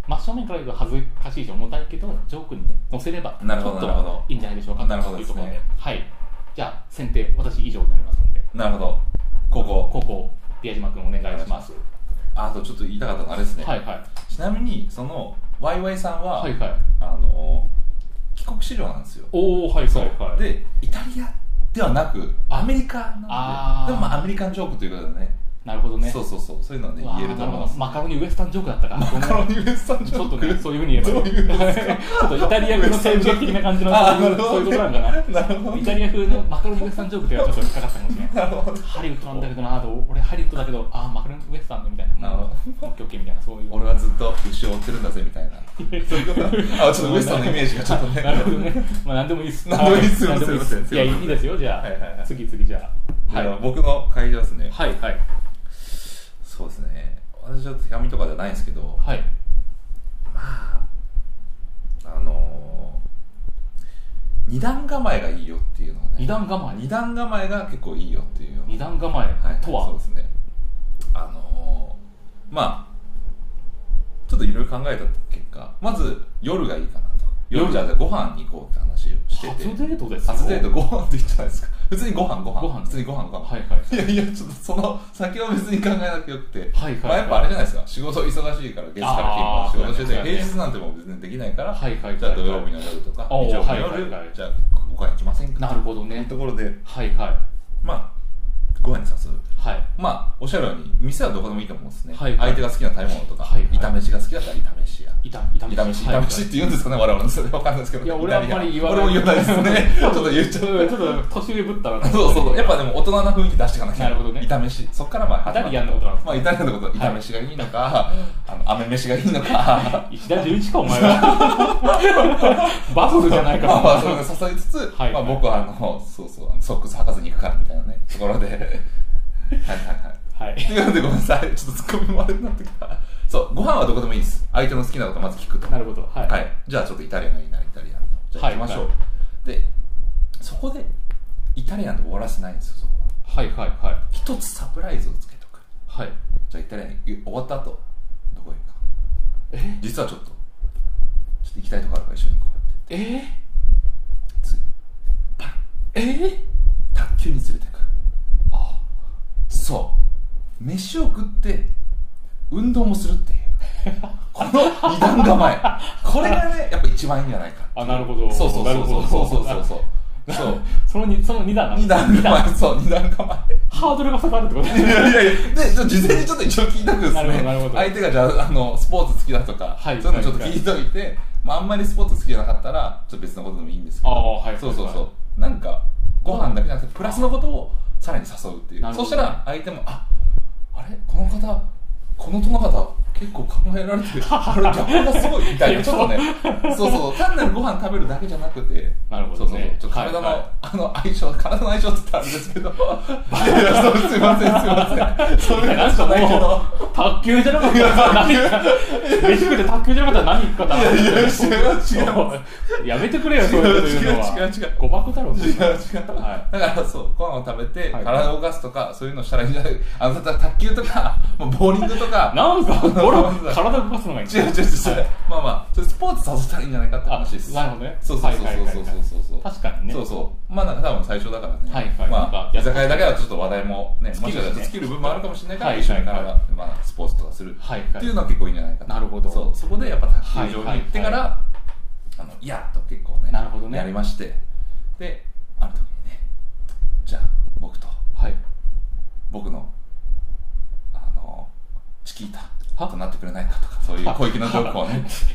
[SPEAKER 2] 真正面から言うと恥ずかしいし重たいけどジョークにね載せればちょ
[SPEAKER 1] なる
[SPEAKER 2] っ
[SPEAKER 1] ほど
[SPEAKER 2] と
[SPEAKER 1] なるほど
[SPEAKER 2] いいんじゃないでしょうか
[SPEAKER 1] なるほど
[SPEAKER 2] と
[SPEAKER 1] で
[SPEAKER 2] いう
[SPEAKER 1] すね
[SPEAKER 2] ところではいじゃあ選定私以上になりますので
[SPEAKER 1] なるほどここ
[SPEAKER 2] ここ宮島君お願いします
[SPEAKER 1] あとちょっと言いたかったのあれですね、
[SPEAKER 2] はいはい
[SPEAKER 1] ちなみにそのワイワイさんは、
[SPEAKER 2] はいはい
[SPEAKER 1] あの帰国子女なんですよ
[SPEAKER 2] おおはいはいはい
[SPEAKER 1] でイタリアではなく
[SPEAKER 2] あ
[SPEAKER 1] アメリカなんで
[SPEAKER 2] あー
[SPEAKER 1] でもまあアメリカンジョークということでね
[SPEAKER 2] なるほどね
[SPEAKER 1] そうそうそうそういうのはね
[SPEAKER 2] うわー
[SPEAKER 1] 言えると
[SPEAKER 2] な
[SPEAKER 1] 思い
[SPEAKER 2] ほ
[SPEAKER 1] ま
[SPEAKER 2] ど
[SPEAKER 1] す
[SPEAKER 2] マカロニウエスタンジョークだったかマ
[SPEAKER 1] マカロニウエスタンジ
[SPEAKER 2] ち
[SPEAKER 1] ョ
[SPEAKER 2] ょっ
[SPEAKER 1] ー
[SPEAKER 2] と
[SPEAKER 1] ク <laughs>
[SPEAKER 2] ねそういうふうに言えばいい
[SPEAKER 1] どういう意味です
[SPEAKER 2] <laughs> ちょっとイタリア風の戦略的な感じの
[SPEAKER 1] あーなる
[SPEAKER 2] そ
[SPEAKER 1] ほ
[SPEAKER 2] ういう
[SPEAKER 1] ど
[SPEAKER 2] こ
[SPEAKER 1] ね
[SPEAKER 2] となんかな
[SPEAKER 1] なるほど
[SPEAKER 2] イタリア風のマカロニウエスタンジョークっていうのはちょっと引っかかったかもしれない
[SPEAKER 1] なるほど
[SPEAKER 2] ハリウッドなんだけどなと俺ハリウッドだけどああマカロニウエスタンでみたい
[SPEAKER 1] な
[SPEAKER 2] な
[SPEAKER 1] るほ
[SPEAKER 2] オッケーオッケーみたいなそういう
[SPEAKER 1] 俺はずっと牛を追ってるんだぜみ
[SPEAKER 2] <laughs>
[SPEAKER 1] たいなそういうことあちょっとウエスタンのイメージがちょっとね
[SPEAKER 2] なるほどねまあ何でもいいっす
[SPEAKER 1] <laughs> 何でもいいっす
[SPEAKER 2] はい何でもいいっ
[SPEAKER 1] すいませんすいません
[SPEAKER 2] いやいいですよじゃあ、
[SPEAKER 1] はいはいはい
[SPEAKER 2] 次次じゃあ
[SPEAKER 1] あの
[SPEAKER 2] はい
[SPEAKER 1] 僕の会場ですね
[SPEAKER 2] はいはい
[SPEAKER 1] そうですね私は手紙とかじゃないんですけど
[SPEAKER 2] はい
[SPEAKER 1] まああのー二段構えがいいよっていうのはね
[SPEAKER 2] 二段構え
[SPEAKER 1] 二段構えが結構いいよっていうような
[SPEAKER 2] 二段構え
[SPEAKER 1] はい、
[SPEAKER 2] とは、
[SPEAKER 1] そうですねあのーまあちょっといろいろ考えた結果まず夜がいいかなと夜
[SPEAKER 2] 夜
[SPEAKER 1] じゃあご飯に行こうって話をして
[SPEAKER 2] 初
[SPEAKER 1] て
[SPEAKER 2] デートですよ
[SPEAKER 1] 初デートご飯って言ったじゃないですか普通にご飯ご飯
[SPEAKER 2] ご飯
[SPEAKER 1] 普通にご飯ご飯、
[SPEAKER 2] はいはい
[SPEAKER 1] い、やいやちょっとその先は別に考えなくてよくて、
[SPEAKER 2] はいはい
[SPEAKER 1] まあ、やっぱあれじゃないですか仕事忙しいから月から
[SPEAKER 2] あー
[SPEAKER 1] 金まで仕事して
[SPEAKER 2] そう
[SPEAKER 1] て、
[SPEAKER 2] ですね
[SPEAKER 1] 平日なんてもう全然できないから、
[SPEAKER 2] はいはい
[SPEAKER 1] じゃあ土曜日の夜とか
[SPEAKER 2] おー
[SPEAKER 1] 日曜日の夜、
[SPEAKER 2] はいはいはい
[SPEAKER 1] じゃあご飯行きませんか
[SPEAKER 2] なるほど
[SPEAKER 1] という
[SPEAKER 2] ね
[SPEAKER 1] ところで
[SPEAKER 2] はいはい
[SPEAKER 1] まあご飯に誘う
[SPEAKER 2] はい
[SPEAKER 1] まあ、おっしゃるように、店はどこでもいいと思うんですね。
[SPEAKER 2] はいはい
[SPEAKER 1] 相手が好きな食べ物とか、
[SPEAKER 2] はいはい
[SPEAKER 1] 炒め飯が好きだったら炒飯や。
[SPEAKER 2] いたいた
[SPEAKER 1] 炒飯、
[SPEAKER 2] は
[SPEAKER 1] 炒
[SPEAKER 2] い
[SPEAKER 1] 飯って言うんですかね、我々のそれわかんないですけど。
[SPEAKER 2] いや俺はあんまり言わない
[SPEAKER 1] 俺も言わないですね。
[SPEAKER 2] <laughs>
[SPEAKER 1] ちょっと言っちゃ
[SPEAKER 2] うん
[SPEAKER 1] う。
[SPEAKER 2] ちょっと年上ぶった
[SPEAKER 1] <laughs>
[SPEAKER 2] な
[SPEAKER 1] そうそうそう。やっぱでも大人な雰囲気出していかなきゃ
[SPEAKER 2] なるほどね
[SPEAKER 1] 炒飯。そっからまあ、
[SPEAKER 2] イタリアンのことなんです
[SPEAKER 1] まあ、イタリアンのこと、
[SPEAKER 2] い
[SPEAKER 1] 炒飯がいいのか、あの、飴飯がいいの
[SPEAKER 2] <laughs>
[SPEAKER 1] か。
[SPEAKER 2] 石田純一かお前は
[SPEAKER 1] <laughs>
[SPEAKER 2] バブルじゃないか
[SPEAKER 1] まあまあ、それで誘いつつ、
[SPEAKER 2] はい
[SPEAKER 1] まあ僕はあの、そうそうあの、ソックス履かずに行くからみたいなね、とこ
[SPEAKER 2] <laughs>
[SPEAKER 1] ろで。はいはいはい。
[SPEAKER 2] はい
[SPEAKER 1] ということでごめんなさいちょっとツッコミもあれになってきたそうご飯はどこでもいいです相手の好きなことまず聞くと
[SPEAKER 2] なるほどはい、
[SPEAKER 1] はい、じゃあちょっとイタリアンがいいなイタリアンとじゃあ行きましょう、
[SPEAKER 2] はいは
[SPEAKER 1] でそこでイタリアンで終わらせないんですよそこは
[SPEAKER 2] はいはいはい
[SPEAKER 1] 一つサプライズをつけとく
[SPEAKER 2] はい
[SPEAKER 1] じゃあイタリアン終わった後どこ行くか
[SPEAKER 2] え
[SPEAKER 1] 実はちょっとちょっと行きたいとこあるから一緒に行こうって
[SPEAKER 2] えー、
[SPEAKER 1] 次
[SPEAKER 2] えー、
[SPEAKER 1] 卓球に連れてくあそう飯を食って運動もするっていう
[SPEAKER 2] <laughs>
[SPEAKER 1] この二段構えこれがねやっぱ一番いいんじゃないか
[SPEAKER 2] あなるほど
[SPEAKER 1] そうそう
[SPEAKER 2] な
[SPEAKER 1] そう
[SPEAKER 2] るほど
[SPEAKER 1] そうそうそうそうそうそう
[SPEAKER 2] その二その二段なの
[SPEAKER 1] 二段構えそう二段構え
[SPEAKER 2] ハードルが下がる
[SPEAKER 1] <laughs>
[SPEAKER 2] ってこと
[SPEAKER 1] いやいやいやでちょっと事前にちょっと一応聞いとくんです
[SPEAKER 2] なるほ
[SPEAKER 1] ね
[SPEAKER 2] どなるほど
[SPEAKER 1] 相手がじゃああのスポーツ好きだとか、
[SPEAKER 2] はい
[SPEAKER 1] そういうのちょっと聞いといて、まあ、あんまりスポーツ好きじゃなかったらちょっと別のことでもいいんですけど
[SPEAKER 2] ああはい
[SPEAKER 1] そうそう
[SPEAKER 2] はい
[SPEAKER 1] そ
[SPEAKER 2] は
[SPEAKER 1] うなんかご飯だけじゃなくてプラスのことをさらに誘うっていう、
[SPEAKER 2] なるほ
[SPEAKER 1] そ
[SPEAKER 2] ど
[SPEAKER 1] したら相手もああれこの方この殿方結構考えられてるあれギャップがすごいみたいな
[SPEAKER 2] <laughs>
[SPEAKER 1] ちょっとねそうそう単なるご飯食べるだけじゃなくて
[SPEAKER 2] なるほ
[SPEAKER 1] そう
[SPEAKER 2] ど
[SPEAKER 1] そうそう
[SPEAKER 2] ね
[SPEAKER 1] ちょっと体の、
[SPEAKER 2] はいはい
[SPEAKER 1] あの相性体の相性って言ったらあれですけどいやいやそうすいませんすいませんそういう
[SPEAKER 2] な
[SPEAKER 1] 話
[SPEAKER 2] ん
[SPEAKER 1] じゃ
[SPEAKER 2] か
[SPEAKER 1] ないけど
[SPEAKER 2] もう卓球じゃなかったら何か飯食って卓球じゃなかったら何行くかだ
[SPEAKER 1] いやいや違う違う
[SPEAKER 2] やめてくれよそういうこと言うのは
[SPEAKER 1] 違う違う違う
[SPEAKER 2] 誤爆だろそ
[SPEAKER 1] 違
[SPEAKER 2] んな
[SPEAKER 1] う違う、
[SPEAKER 2] は
[SPEAKER 1] だからそうご飯を食べて
[SPEAKER 2] はい
[SPEAKER 1] 体を動かすとか、そういうのしたらいいんじゃないあのだから卓球とかもうボーリングとか <laughs>
[SPEAKER 2] なんかゴロ体動かすのがいい
[SPEAKER 1] 違う違う違う、まあまあそれスポーツさせたらいいんじゃないかって話です
[SPEAKER 2] あなるほどね
[SPEAKER 1] そうそうそう
[SPEAKER 2] はいはいはい
[SPEAKER 1] そう
[SPEAKER 2] はい
[SPEAKER 1] そうそうそう
[SPEAKER 2] 確かにね
[SPEAKER 1] そうそうまあなんか多分最初だからね
[SPEAKER 2] はいはいなん
[SPEAKER 1] まあ
[SPEAKER 2] かや
[SPEAKER 1] 居
[SPEAKER 2] っと
[SPEAKER 1] 酒屋だけはちょっと話題もね
[SPEAKER 2] 尽
[SPEAKER 1] も
[SPEAKER 2] き
[SPEAKER 1] し
[SPEAKER 2] るし
[SPEAKER 1] かしたら
[SPEAKER 2] ね
[SPEAKER 1] 尽きる部分もあるかもしれないから
[SPEAKER 2] はい
[SPEAKER 1] 一緒に体
[SPEAKER 2] はいは
[SPEAKER 1] まあスポーツとかする
[SPEAKER 2] はい
[SPEAKER 1] っていうのは結構いいんじゃないか
[SPEAKER 2] なるほど
[SPEAKER 1] そうそこでやっぱ卓球場に行ってか
[SPEAKER 2] はい
[SPEAKER 1] らあのいやと結構ね
[SPEAKER 2] なるほどね
[SPEAKER 1] やりましてである時にねじゃあ僕と <laughs>
[SPEAKER 2] はい
[SPEAKER 1] 僕のあのチキータとなってくれないかとかそういう小粋な状況を
[SPEAKER 2] <laughs>
[SPEAKER 1] ね
[SPEAKER 2] チ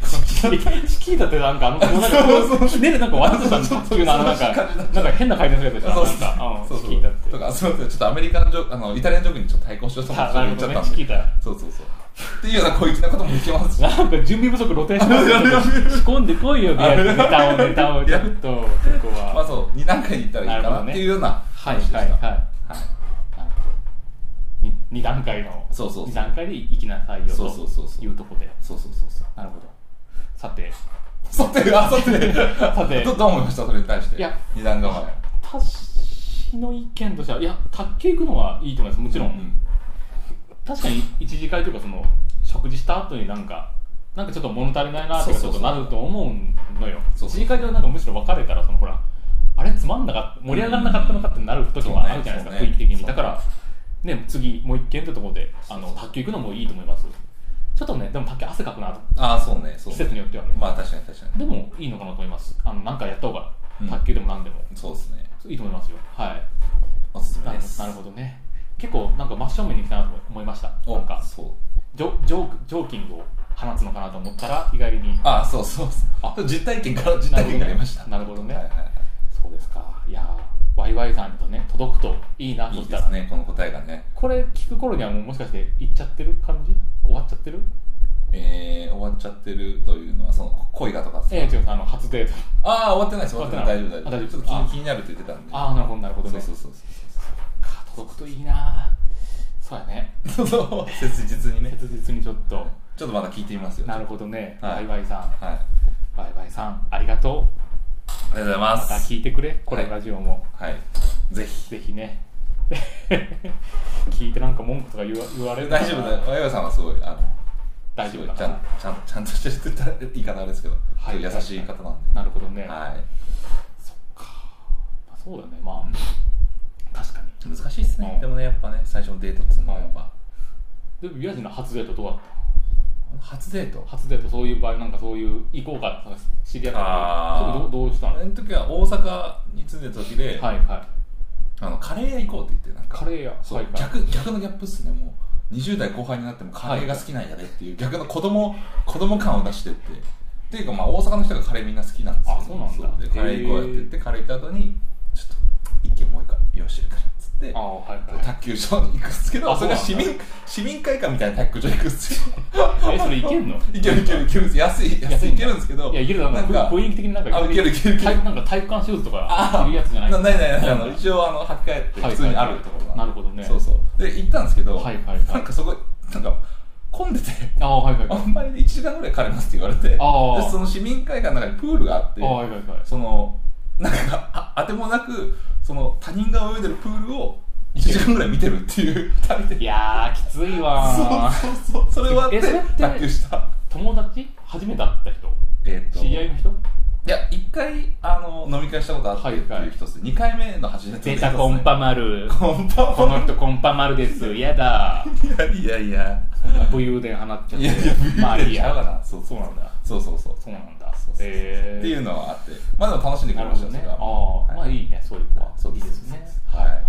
[SPEAKER 2] キータってなんかあの、なんか、ひねるなんかわざとした卓球のあの、なんか、なんか変な回転するやつでしょ、
[SPEAKER 1] そう
[SPEAKER 2] なんか、う
[SPEAKER 1] そ
[SPEAKER 2] ん
[SPEAKER 1] う
[SPEAKER 2] チ
[SPEAKER 1] そ
[SPEAKER 2] キータっ
[SPEAKER 1] う
[SPEAKER 2] て
[SPEAKER 1] と。かすみませんちょっとアメリカンジョークあのイタリアンジョークにちょっと対抗しようと思って
[SPEAKER 2] あなるほどね
[SPEAKER 1] 言っちゃったんで
[SPEAKER 2] チキータ
[SPEAKER 1] そうそうそうっていうような小粋なこともでき
[SPEAKER 2] <laughs>
[SPEAKER 1] ますし
[SPEAKER 2] なんか準備不足露呈しますよ
[SPEAKER 1] やめ <laughs> ろ
[SPEAKER 2] 仕込んでこいよ、
[SPEAKER 1] やめろ
[SPEAKER 2] ネタを、ネタを、ちょっと、そこ
[SPEAKER 1] まあ
[SPEAKER 2] は。
[SPEAKER 1] そう2段階に行ったらいいか
[SPEAKER 2] なる
[SPEAKER 1] な
[SPEAKER 2] ほど
[SPEAKER 1] っ
[SPEAKER 2] ね
[SPEAKER 1] ていうような
[SPEAKER 2] は
[SPEAKER 1] 話
[SPEAKER 2] い、は
[SPEAKER 1] で
[SPEAKER 2] い、
[SPEAKER 1] した
[SPEAKER 2] はい。
[SPEAKER 1] はい
[SPEAKER 2] なるほどに二段階の、
[SPEAKER 1] そうそうそう
[SPEAKER 2] 二段階で行きなさいよ、
[SPEAKER 1] そうそうそうそ
[SPEAKER 2] と
[SPEAKER 1] う
[SPEAKER 2] いうとこで。
[SPEAKER 1] そうそうそうそう
[SPEAKER 2] なるほど。さて、
[SPEAKER 1] さて、あ、さ
[SPEAKER 2] <laughs>
[SPEAKER 1] て。
[SPEAKER 2] さ
[SPEAKER 1] <laughs>
[SPEAKER 2] て
[SPEAKER 1] どどう思いましたそれに対して。
[SPEAKER 2] いや
[SPEAKER 1] 二段構え。
[SPEAKER 2] 私の意見としてはいや卓球行くのはいいと思いますもちろん、
[SPEAKER 1] うん
[SPEAKER 2] 確かに一次会というかその食事した後になんかなんかちょっと物足りないなとかち
[SPEAKER 1] そ
[SPEAKER 2] ょ
[SPEAKER 1] うそう
[SPEAKER 2] っと
[SPEAKER 1] そう
[SPEAKER 2] なると思うのよ
[SPEAKER 1] そうそう
[SPEAKER 2] 一次会ではなんかむしろ別れたらそのほらあれつまんなかった盛り上がらなかったのかってなる時もあるじゃないですか、
[SPEAKER 1] そうね
[SPEAKER 2] 雰囲気的
[SPEAKER 1] そう
[SPEAKER 2] に
[SPEAKER 1] ね
[SPEAKER 2] だからね次もう一軒ってところであ
[SPEAKER 1] そ
[SPEAKER 2] の
[SPEAKER 1] うそう
[SPEAKER 2] 卓球行くのもいいと思いますちょっとねでも卓球汗かくなと
[SPEAKER 1] ああ、そうね、そう
[SPEAKER 2] 季
[SPEAKER 1] ね。
[SPEAKER 2] 節によってはね、
[SPEAKER 1] まあ、確かに確か
[SPEAKER 2] でもいいのかなと思いますあのなんかやった方が
[SPEAKER 1] うん
[SPEAKER 2] 卓球でも何でも、
[SPEAKER 1] に。そうですね。
[SPEAKER 2] いいと思いますよはい
[SPEAKER 1] おすすめ
[SPEAKER 2] な
[SPEAKER 1] です。
[SPEAKER 2] なるほどね結構なんか真正面に来たなと思いました
[SPEAKER 1] お
[SPEAKER 2] なんか
[SPEAKER 1] そう。
[SPEAKER 2] ジョジョークジョーキングを放つのかなと思ったら意外に
[SPEAKER 1] ああ、そうそうそう。
[SPEAKER 2] あ
[SPEAKER 1] 実体験から実体験になりました。
[SPEAKER 2] なるほどね
[SPEAKER 1] はいはいはい。
[SPEAKER 2] そうですかいやーワイワイさんとね届くといいないと
[SPEAKER 1] い
[SPEAKER 2] し
[SPEAKER 1] で
[SPEAKER 2] たら
[SPEAKER 1] すね、この答えがね。
[SPEAKER 2] これ聞く頃にはもうもしかして行っちゃってる感じ終わっちゃってる
[SPEAKER 1] えー、終わっちゃってるというのは、その恋がとかですか
[SPEAKER 2] ええ違うあの初デート
[SPEAKER 1] ああ、終わってないです、終わってない、大
[SPEAKER 2] 終
[SPEAKER 1] 丈
[SPEAKER 2] わ
[SPEAKER 1] 夫、
[SPEAKER 2] って
[SPEAKER 1] 大
[SPEAKER 2] ない
[SPEAKER 1] 丈夫。ちょっ
[SPEAKER 2] あ大丈夫
[SPEAKER 1] と気気になるって言ってたんで。
[SPEAKER 2] <laughs> ああなるほどなるほど
[SPEAKER 1] そ
[SPEAKER 2] ね
[SPEAKER 1] うそうそう
[SPEAKER 2] か届くといいなそうやね
[SPEAKER 1] そう。そうそう、切実にね。
[SPEAKER 2] 切実にちょっと
[SPEAKER 1] ちょっとまだ聞いてみますよ。
[SPEAKER 2] なる
[SPEAKER 1] ほ
[SPEAKER 2] ほどね、
[SPEAKER 1] はい
[SPEAKER 2] ワイワイさん
[SPEAKER 1] ど。はい。あ
[SPEAKER 2] ワイワイさんありがとう
[SPEAKER 1] りがとうございま
[SPEAKER 2] また
[SPEAKER 1] す。
[SPEAKER 2] 聞いてくれこれ
[SPEAKER 1] はい
[SPEAKER 2] ラジオも、
[SPEAKER 1] はい。ぜひ。
[SPEAKER 2] ぜひ <laughs> ね聞いてなんか文句とか言わ言われるのか
[SPEAKER 1] 大
[SPEAKER 2] な
[SPEAKER 1] 丈夫だよ。親御さんはすごい、あの、
[SPEAKER 2] 大丈夫
[SPEAKER 1] すご
[SPEAKER 2] だ
[SPEAKER 1] いちゃん、ちゃん、ちゃんとしてって言ったら言い方あれですけど、
[SPEAKER 2] はい
[SPEAKER 1] すご優しい方なん
[SPEAKER 2] なるほどね、
[SPEAKER 1] で。はい。
[SPEAKER 2] まあそうだねまあ、
[SPEAKER 1] うん
[SPEAKER 2] 確かに
[SPEAKER 1] 難しいっすね、
[SPEAKER 2] うん
[SPEAKER 1] でもねやっぱね最初のデートっつうのはやっぱ、
[SPEAKER 2] でも宮地の初デートどうだっ
[SPEAKER 1] 初デート
[SPEAKER 2] た初デートそういう場合なんかそういう行こうかなんか知り合った
[SPEAKER 1] あー
[SPEAKER 2] そうどうどうした
[SPEAKER 1] あ
[SPEAKER 2] のは
[SPEAKER 1] れ
[SPEAKER 2] い
[SPEAKER 1] の時は大阪に住んでた時で、
[SPEAKER 2] はい
[SPEAKER 1] あのカレー屋行こうって言ってなんか
[SPEAKER 2] カレー屋
[SPEAKER 1] そう、
[SPEAKER 2] はいはい
[SPEAKER 1] 逆逆のギャップっすねもう20代後半になってもカレーが好きなんやでっていう、逆の子供子供感を出してってっていうかまあ大阪の人がカレーみんな好きなんですよ
[SPEAKER 2] あそうなんだ
[SPEAKER 1] でカレー行こうやって言ってカレー行った後にちょっと一軒もう一回用意してるからっつって
[SPEAKER 2] ああはいは
[SPEAKER 1] 卓球場に行くっすけど
[SPEAKER 2] あ
[SPEAKER 1] それが
[SPEAKER 2] そ
[SPEAKER 1] 市
[SPEAKER 2] うなんだ
[SPEAKER 1] 民市民会館みたいな卓球場行くっすよ
[SPEAKER 2] いえそれいけんの
[SPEAKER 1] いけるいけるいける安い安いいけるんですけど
[SPEAKER 2] いやいけるだろ
[SPEAKER 1] なん
[SPEAKER 2] なんか
[SPEAKER 1] か
[SPEAKER 2] 雰囲気的になんか
[SPEAKER 1] あいけるいけるいける
[SPEAKER 2] 体なんか体育館シューズとか
[SPEAKER 1] あ
[SPEAKER 2] 着るやつじゃない
[SPEAKER 1] なないないないあの
[SPEAKER 2] はい
[SPEAKER 1] 一応あの履き替えて
[SPEAKER 2] はい
[SPEAKER 1] 普通にあるところが
[SPEAKER 2] なるほどね
[SPEAKER 1] そうそうで行ったんですけど
[SPEAKER 2] はいはいはい
[SPEAKER 1] なんかそこなんか混んでて <laughs>
[SPEAKER 2] ああはいはい
[SPEAKER 1] あ
[SPEAKER 2] はい
[SPEAKER 1] んまり1時間ぐらいかかりますって言われてで
[SPEAKER 2] あー
[SPEAKER 1] その市民会館の中にプールがあって
[SPEAKER 2] ああはいはいはい
[SPEAKER 1] そのなんかああてもなくその他人が泳いでるプールを1時間ぐらい見てるっていう2人で
[SPEAKER 2] いやーきついわー
[SPEAKER 1] そうそうそうそれはあって
[SPEAKER 2] えそれって
[SPEAKER 1] 卓球した
[SPEAKER 2] 友達初めて会った人
[SPEAKER 1] えっと
[SPEAKER 2] 知り合いの人
[SPEAKER 1] いや、一回、あの、飲み会したことあって
[SPEAKER 2] は
[SPEAKER 1] っ
[SPEAKER 2] い
[SPEAKER 1] て
[SPEAKER 2] はい
[SPEAKER 1] いう人です。二回目の初めて
[SPEAKER 2] 出たコンパマル
[SPEAKER 1] コンパ
[SPEAKER 2] この人コンパマルですやだ
[SPEAKER 1] いやいや。
[SPEAKER 2] 武勇伝放っちゃっ
[SPEAKER 1] い
[SPEAKER 2] て
[SPEAKER 1] やいや、ビ
[SPEAKER 2] まあ
[SPEAKER 1] ビ
[SPEAKER 2] い
[SPEAKER 1] る
[SPEAKER 2] い
[SPEAKER 1] ちゃうか
[SPEAKER 2] や
[SPEAKER 1] な。そう
[SPEAKER 2] そうなんだ
[SPEAKER 1] そうそうそう。
[SPEAKER 2] そうなんだ
[SPEAKER 1] そうそうそう
[SPEAKER 2] え
[SPEAKER 1] っていうのはあって。まあでも楽しんでく
[SPEAKER 2] な
[SPEAKER 1] れ
[SPEAKER 2] る
[SPEAKER 1] ました
[SPEAKER 2] ほどねあ
[SPEAKER 1] それは
[SPEAKER 2] あーまあいいねそういう子は
[SPEAKER 1] そう
[SPEAKER 2] いい
[SPEAKER 1] そう
[SPEAKER 2] で
[SPEAKER 1] そう
[SPEAKER 2] す
[SPEAKER 1] そう
[SPEAKER 2] ね
[SPEAKER 1] は
[SPEAKER 2] はいいはい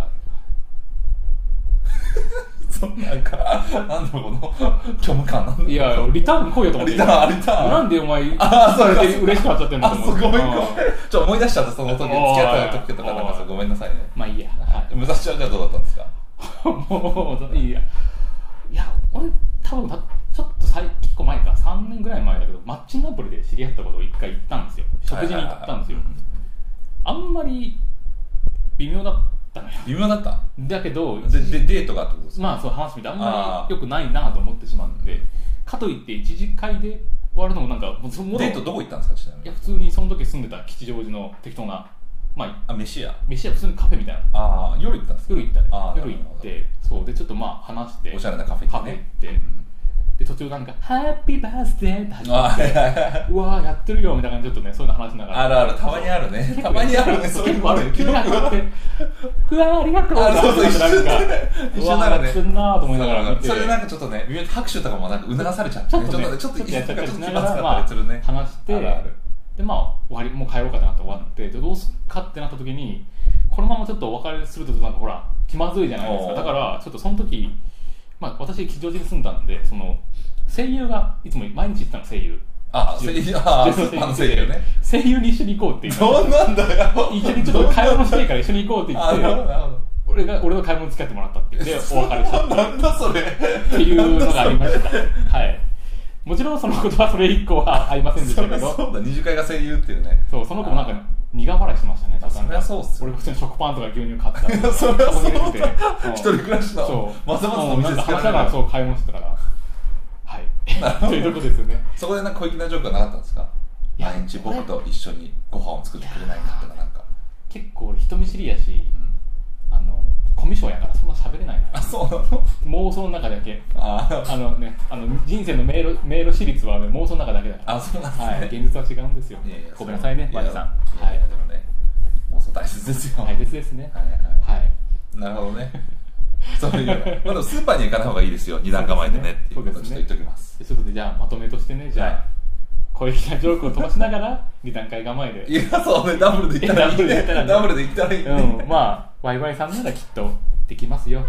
[SPEAKER 1] そんなんか、なんだろう、この、虚無感なんだろう
[SPEAKER 2] いやリターン来いよと思って
[SPEAKER 1] リターン、リターン。
[SPEAKER 2] なんでお前
[SPEAKER 1] あーそうか
[SPEAKER 2] れで嬉しくなっちゃってんの
[SPEAKER 1] あ、そう、ごめんごめん
[SPEAKER 2] あー。
[SPEAKER 1] ちょ、思い出しちゃった、その時。付き合った時とか、
[SPEAKER 2] おい
[SPEAKER 1] なんかそう、ごめんなさいね。
[SPEAKER 2] まあいいやは
[SPEAKER 1] 武蔵はじゃあどうだったんですか
[SPEAKER 2] いもういいやいや俺多分たちょっと最結構前か3年ぐらい前だけどマッチングアプリで知り合ったことを1回行ったんですよ食事に行ったんですよ
[SPEAKER 1] はいはいはい
[SPEAKER 2] あんまり微妙だったのよ
[SPEAKER 1] 微妙だった
[SPEAKER 2] だけど
[SPEAKER 1] ででデートがってことですか、
[SPEAKER 2] まあそう話してみてあんま
[SPEAKER 1] あー
[SPEAKER 2] り良くないなと思ってしまってかといって一次会で終わるのもなんかもうその
[SPEAKER 1] デートどこ行ったんですかちなみ
[SPEAKER 2] いや
[SPEAKER 1] に
[SPEAKER 2] 普通にその時住んでた吉祥寺の適当なまあ
[SPEAKER 1] あ飯屋
[SPEAKER 2] 飯屋普通にカフェみたいな
[SPEAKER 1] ああ夜行ったんですか
[SPEAKER 2] 夜行ったね
[SPEAKER 1] あー
[SPEAKER 2] 夜行ってそうでちょっとまあ話して
[SPEAKER 1] おしゃれなカフェ行って、ね、
[SPEAKER 2] カフェ行ってで途中なんか「ハッピーバースデー」って始
[SPEAKER 1] うん、あ
[SPEAKER 2] まっ
[SPEAKER 1] ーは
[SPEAKER 2] て
[SPEAKER 1] いはいはいう
[SPEAKER 2] わーやってるよみたいな感じでちょっとねそういうの話しながら
[SPEAKER 1] あるあるたまにあるねたまにあるねそういうの
[SPEAKER 2] 結構あ
[SPEAKER 1] ね
[SPEAKER 2] る急に始まって
[SPEAKER 1] <laughs>
[SPEAKER 2] 「うわーありがとう」
[SPEAKER 1] あそうそう
[SPEAKER 2] なん
[SPEAKER 1] 一
[SPEAKER 2] か
[SPEAKER 1] 緒だね一緒だね
[SPEAKER 2] うわーやってんなーと思いながら見て
[SPEAKER 1] それなんかちょっとね微妙に拍手とかもなんか促されちゃって
[SPEAKER 2] ちょ
[SPEAKER 1] ね
[SPEAKER 2] っとね、
[SPEAKER 1] ちょっとちょっと
[SPEAKER 2] やっちゃったりし
[SPEAKER 1] ちょっと
[SPEAKER 2] な
[SPEAKER 1] 気
[SPEAKER 2] が
[SPEAKER 1] まずか
[SPEAKER 2] ら、ま
[SPEAKER 1] ったりするね
[SPEAKER 2] あ、、話して、
[SPEAKER 1] あるある
[SPEAKER 2] で、まあ、終わり、もう帰ろうかなと終わって、で、どうすっかってなった時に、このままちょっとお別れすると、なんかほら、気まずいじゃないですか。
[SPEAKER 1] おー
[SPEAKER 2] だから、ちょっとその時、まあ、私、吉祥寺に住んだんで、その、声優が、いつも毎日行ってたの、声優。
[SPEAKER 1] あ声優あースーパーの声優ね
[SPEAKER 2] 声優に一緒に行こうって言って、
[SPEAKER 1] どうなんだよ
[SPEAKER 2] 一緒にちょっと買い物していいから一緒に行こうって言
[SPEAKER 1] あなるほど
[SPEAKER 2] って、
[SPEAKER 1] なるほど
[SPEAKER 2] 俺が、俺の買い物付き合ってもらったって言って、お別れした。
[SPEAKER 1] なんだそれ
[SPEAKER 2] っていうのがありました。はい。もちろんそのことはそれ以降はありませんでし
[SPEAKER 1] そ
[SPEAKER 2] た
[SPEAKER 1] り
[SPEAKER 2] け
[SPEAKER 1] ゃ
[SPEAKER 2] ど、
[SPEAKER 1] そうだ二次会が声優っていうね
[SPEAKER 2] そう、その子もなんか苦笑いしてましたね、
[SPEAKER 1] あそりゃそうっすよ
[SPEAKER 2] 俺普通に食パンとか牛乳買ったりとか
[SPEAKER 1] <laughs> そりゃそうだ
[SPEAKER 2] カゴに入れてて
[SPEAKER 1] 一人暮らし
[SPEAKER 2] そ
[SPEAKER 1] の
[SPEAKER 2] う。
[SPEAKER 1] まさまさの
[SPEAKER 2] な
[SPEAKER 1] 店
[SPEAKER 2] んか
[SPEAKER 1] つけ
[SPEAKER 2] 話
[SPEAKER 1] られ
[SPEAKER 2] しなが
[SPEAKER 1] な
[SPEAKER 2] ら
[SPEAKER 1] い
[SPEAKER 2] そう <laughs> 買い物してたから。はい。というとこですよね。
[SPEAKER 1] そこでなんか小粋なジョークはなかったんですか
[SPEAKER 2] い
[SPEAKER 3] いや
[SPEAKER 1] 毎日僕と一緒にご飯を作ってくれないかとかなんか、
[SPEAKER 2] 結構俺人見知りやし
[SPEAKER 1] うん、
[SPEAKER 2] あのコミュ障やからそんな喋れないのよ
[SPEAKER 1] あそうなの
[SPEAKER 2] 妄想の中だけ
[SPEAKER 1] あ
[SPEAKER 2] あのねあの人生の迷路迷路私立は、ね、妄想の中だけだから
[SPEAKER 1] あそうなんですね
[SPEAKER 2] はい、現実は違うんですよ
[SPEAKER 1] いやいや
[SPEAKER 2] ごめんなさいね
[SPEAKER 1] そ
[SPEAKER 2] ワ
[SPEAKER 1] う
[SPEAKER 2] ニさん
[SPEAKER 1] いや
[SPEAKER 2] はいい
[SPEAKER 1] やでもね妄想大切ですよ
[SPEAKER 2] 大切ですね
[SPEAKER 1] はいは
[SPEAKER 2] はい
[SPEAKER 1] いなるほどねそういうのまあでもスーパーには行かない方がいいですよ二段構えでねっていうことをちょっと言っておきます
[SPEAKER 2] ということでじゃあまとめとしてねじゃあ、
[SPEAKER 1] はい
[SPEAKER 2] 小粋なジョークを飛ばしながら二段階構えで
[SPEAKER 1] いやそうねダブルで行ったらいい
[SPEAKER 2] いや
[SPEAKER 1] ねダ
[SPEAKER 2] ダ
[SPEAKER 1] ブ
[SPEAKER 2] ブ
[SPEAKER 1] ル
[SPEAKER 2] ル
[SPEAKER 1] で行ったらいいね
[SPEAKER 2] うん、まあ、ワイワイさんならきっとできますよ。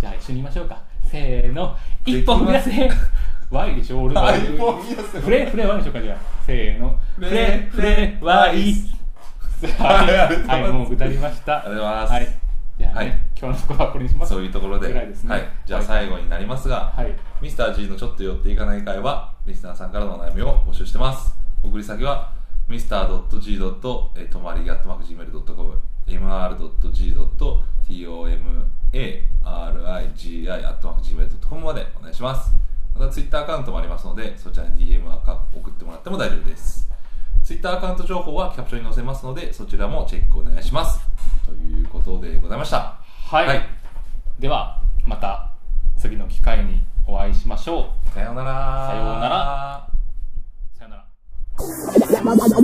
[SPEAKER 2] じゃあ一緒に言いましょうか。せーの、一歩踏み出せ。ワイでしょ、俺ワイ。
[SPEAKER 1] あ一歩踏み出せ
[SPEAKER 2] フレフレワイでしょうか、じゃあ。せーの、
[SPEAKER 1] フ
[SPEAKER 2] フ
[SPEAKER 1] レ
[SPEAKER 2] レフレワイ。
[SPEAKER 1] はい
[SPEAKER 2] はい、はい、もう歌りました。
[SPEAKER 1] ありがとうございます
[SPEAKER 2] はい、じゃあね、
[SPEAKER 1] はい
[SPEAKER 2] 今日のところはこれにします。
[SPEAKER 1] そういうところで
[SPEAKER 2] ぐらいですね
[SPEAKER 1] はい、じゃあ最後になりますが、
[SPEAKER 2] はい。
[SPEAKER 1] ミスター G のちょっと寄っていかない会は、リスナーさんからのお悩みを募集してます。送り先は、mr.g. えーとまり .gmail.com、mr.g.tomarigi.gmail.com までお願いします。また Twitter アカウントもありますので、そちらに DM アカ送ってもらっても大丈夫です。Twitter アカウント情報はキャプションに載せますので、そちらもチェックお願いします。ということでございました。
[SPEAKER 2] はい。
[SPEAKER 1] はい
[SPEAKER 2] では、また次の機会にお会いしましょ
[SPEAKER 1] さようなら。
[SPEAKER 2] さようならう。さよなら。
[SPEAKER 4] Bye.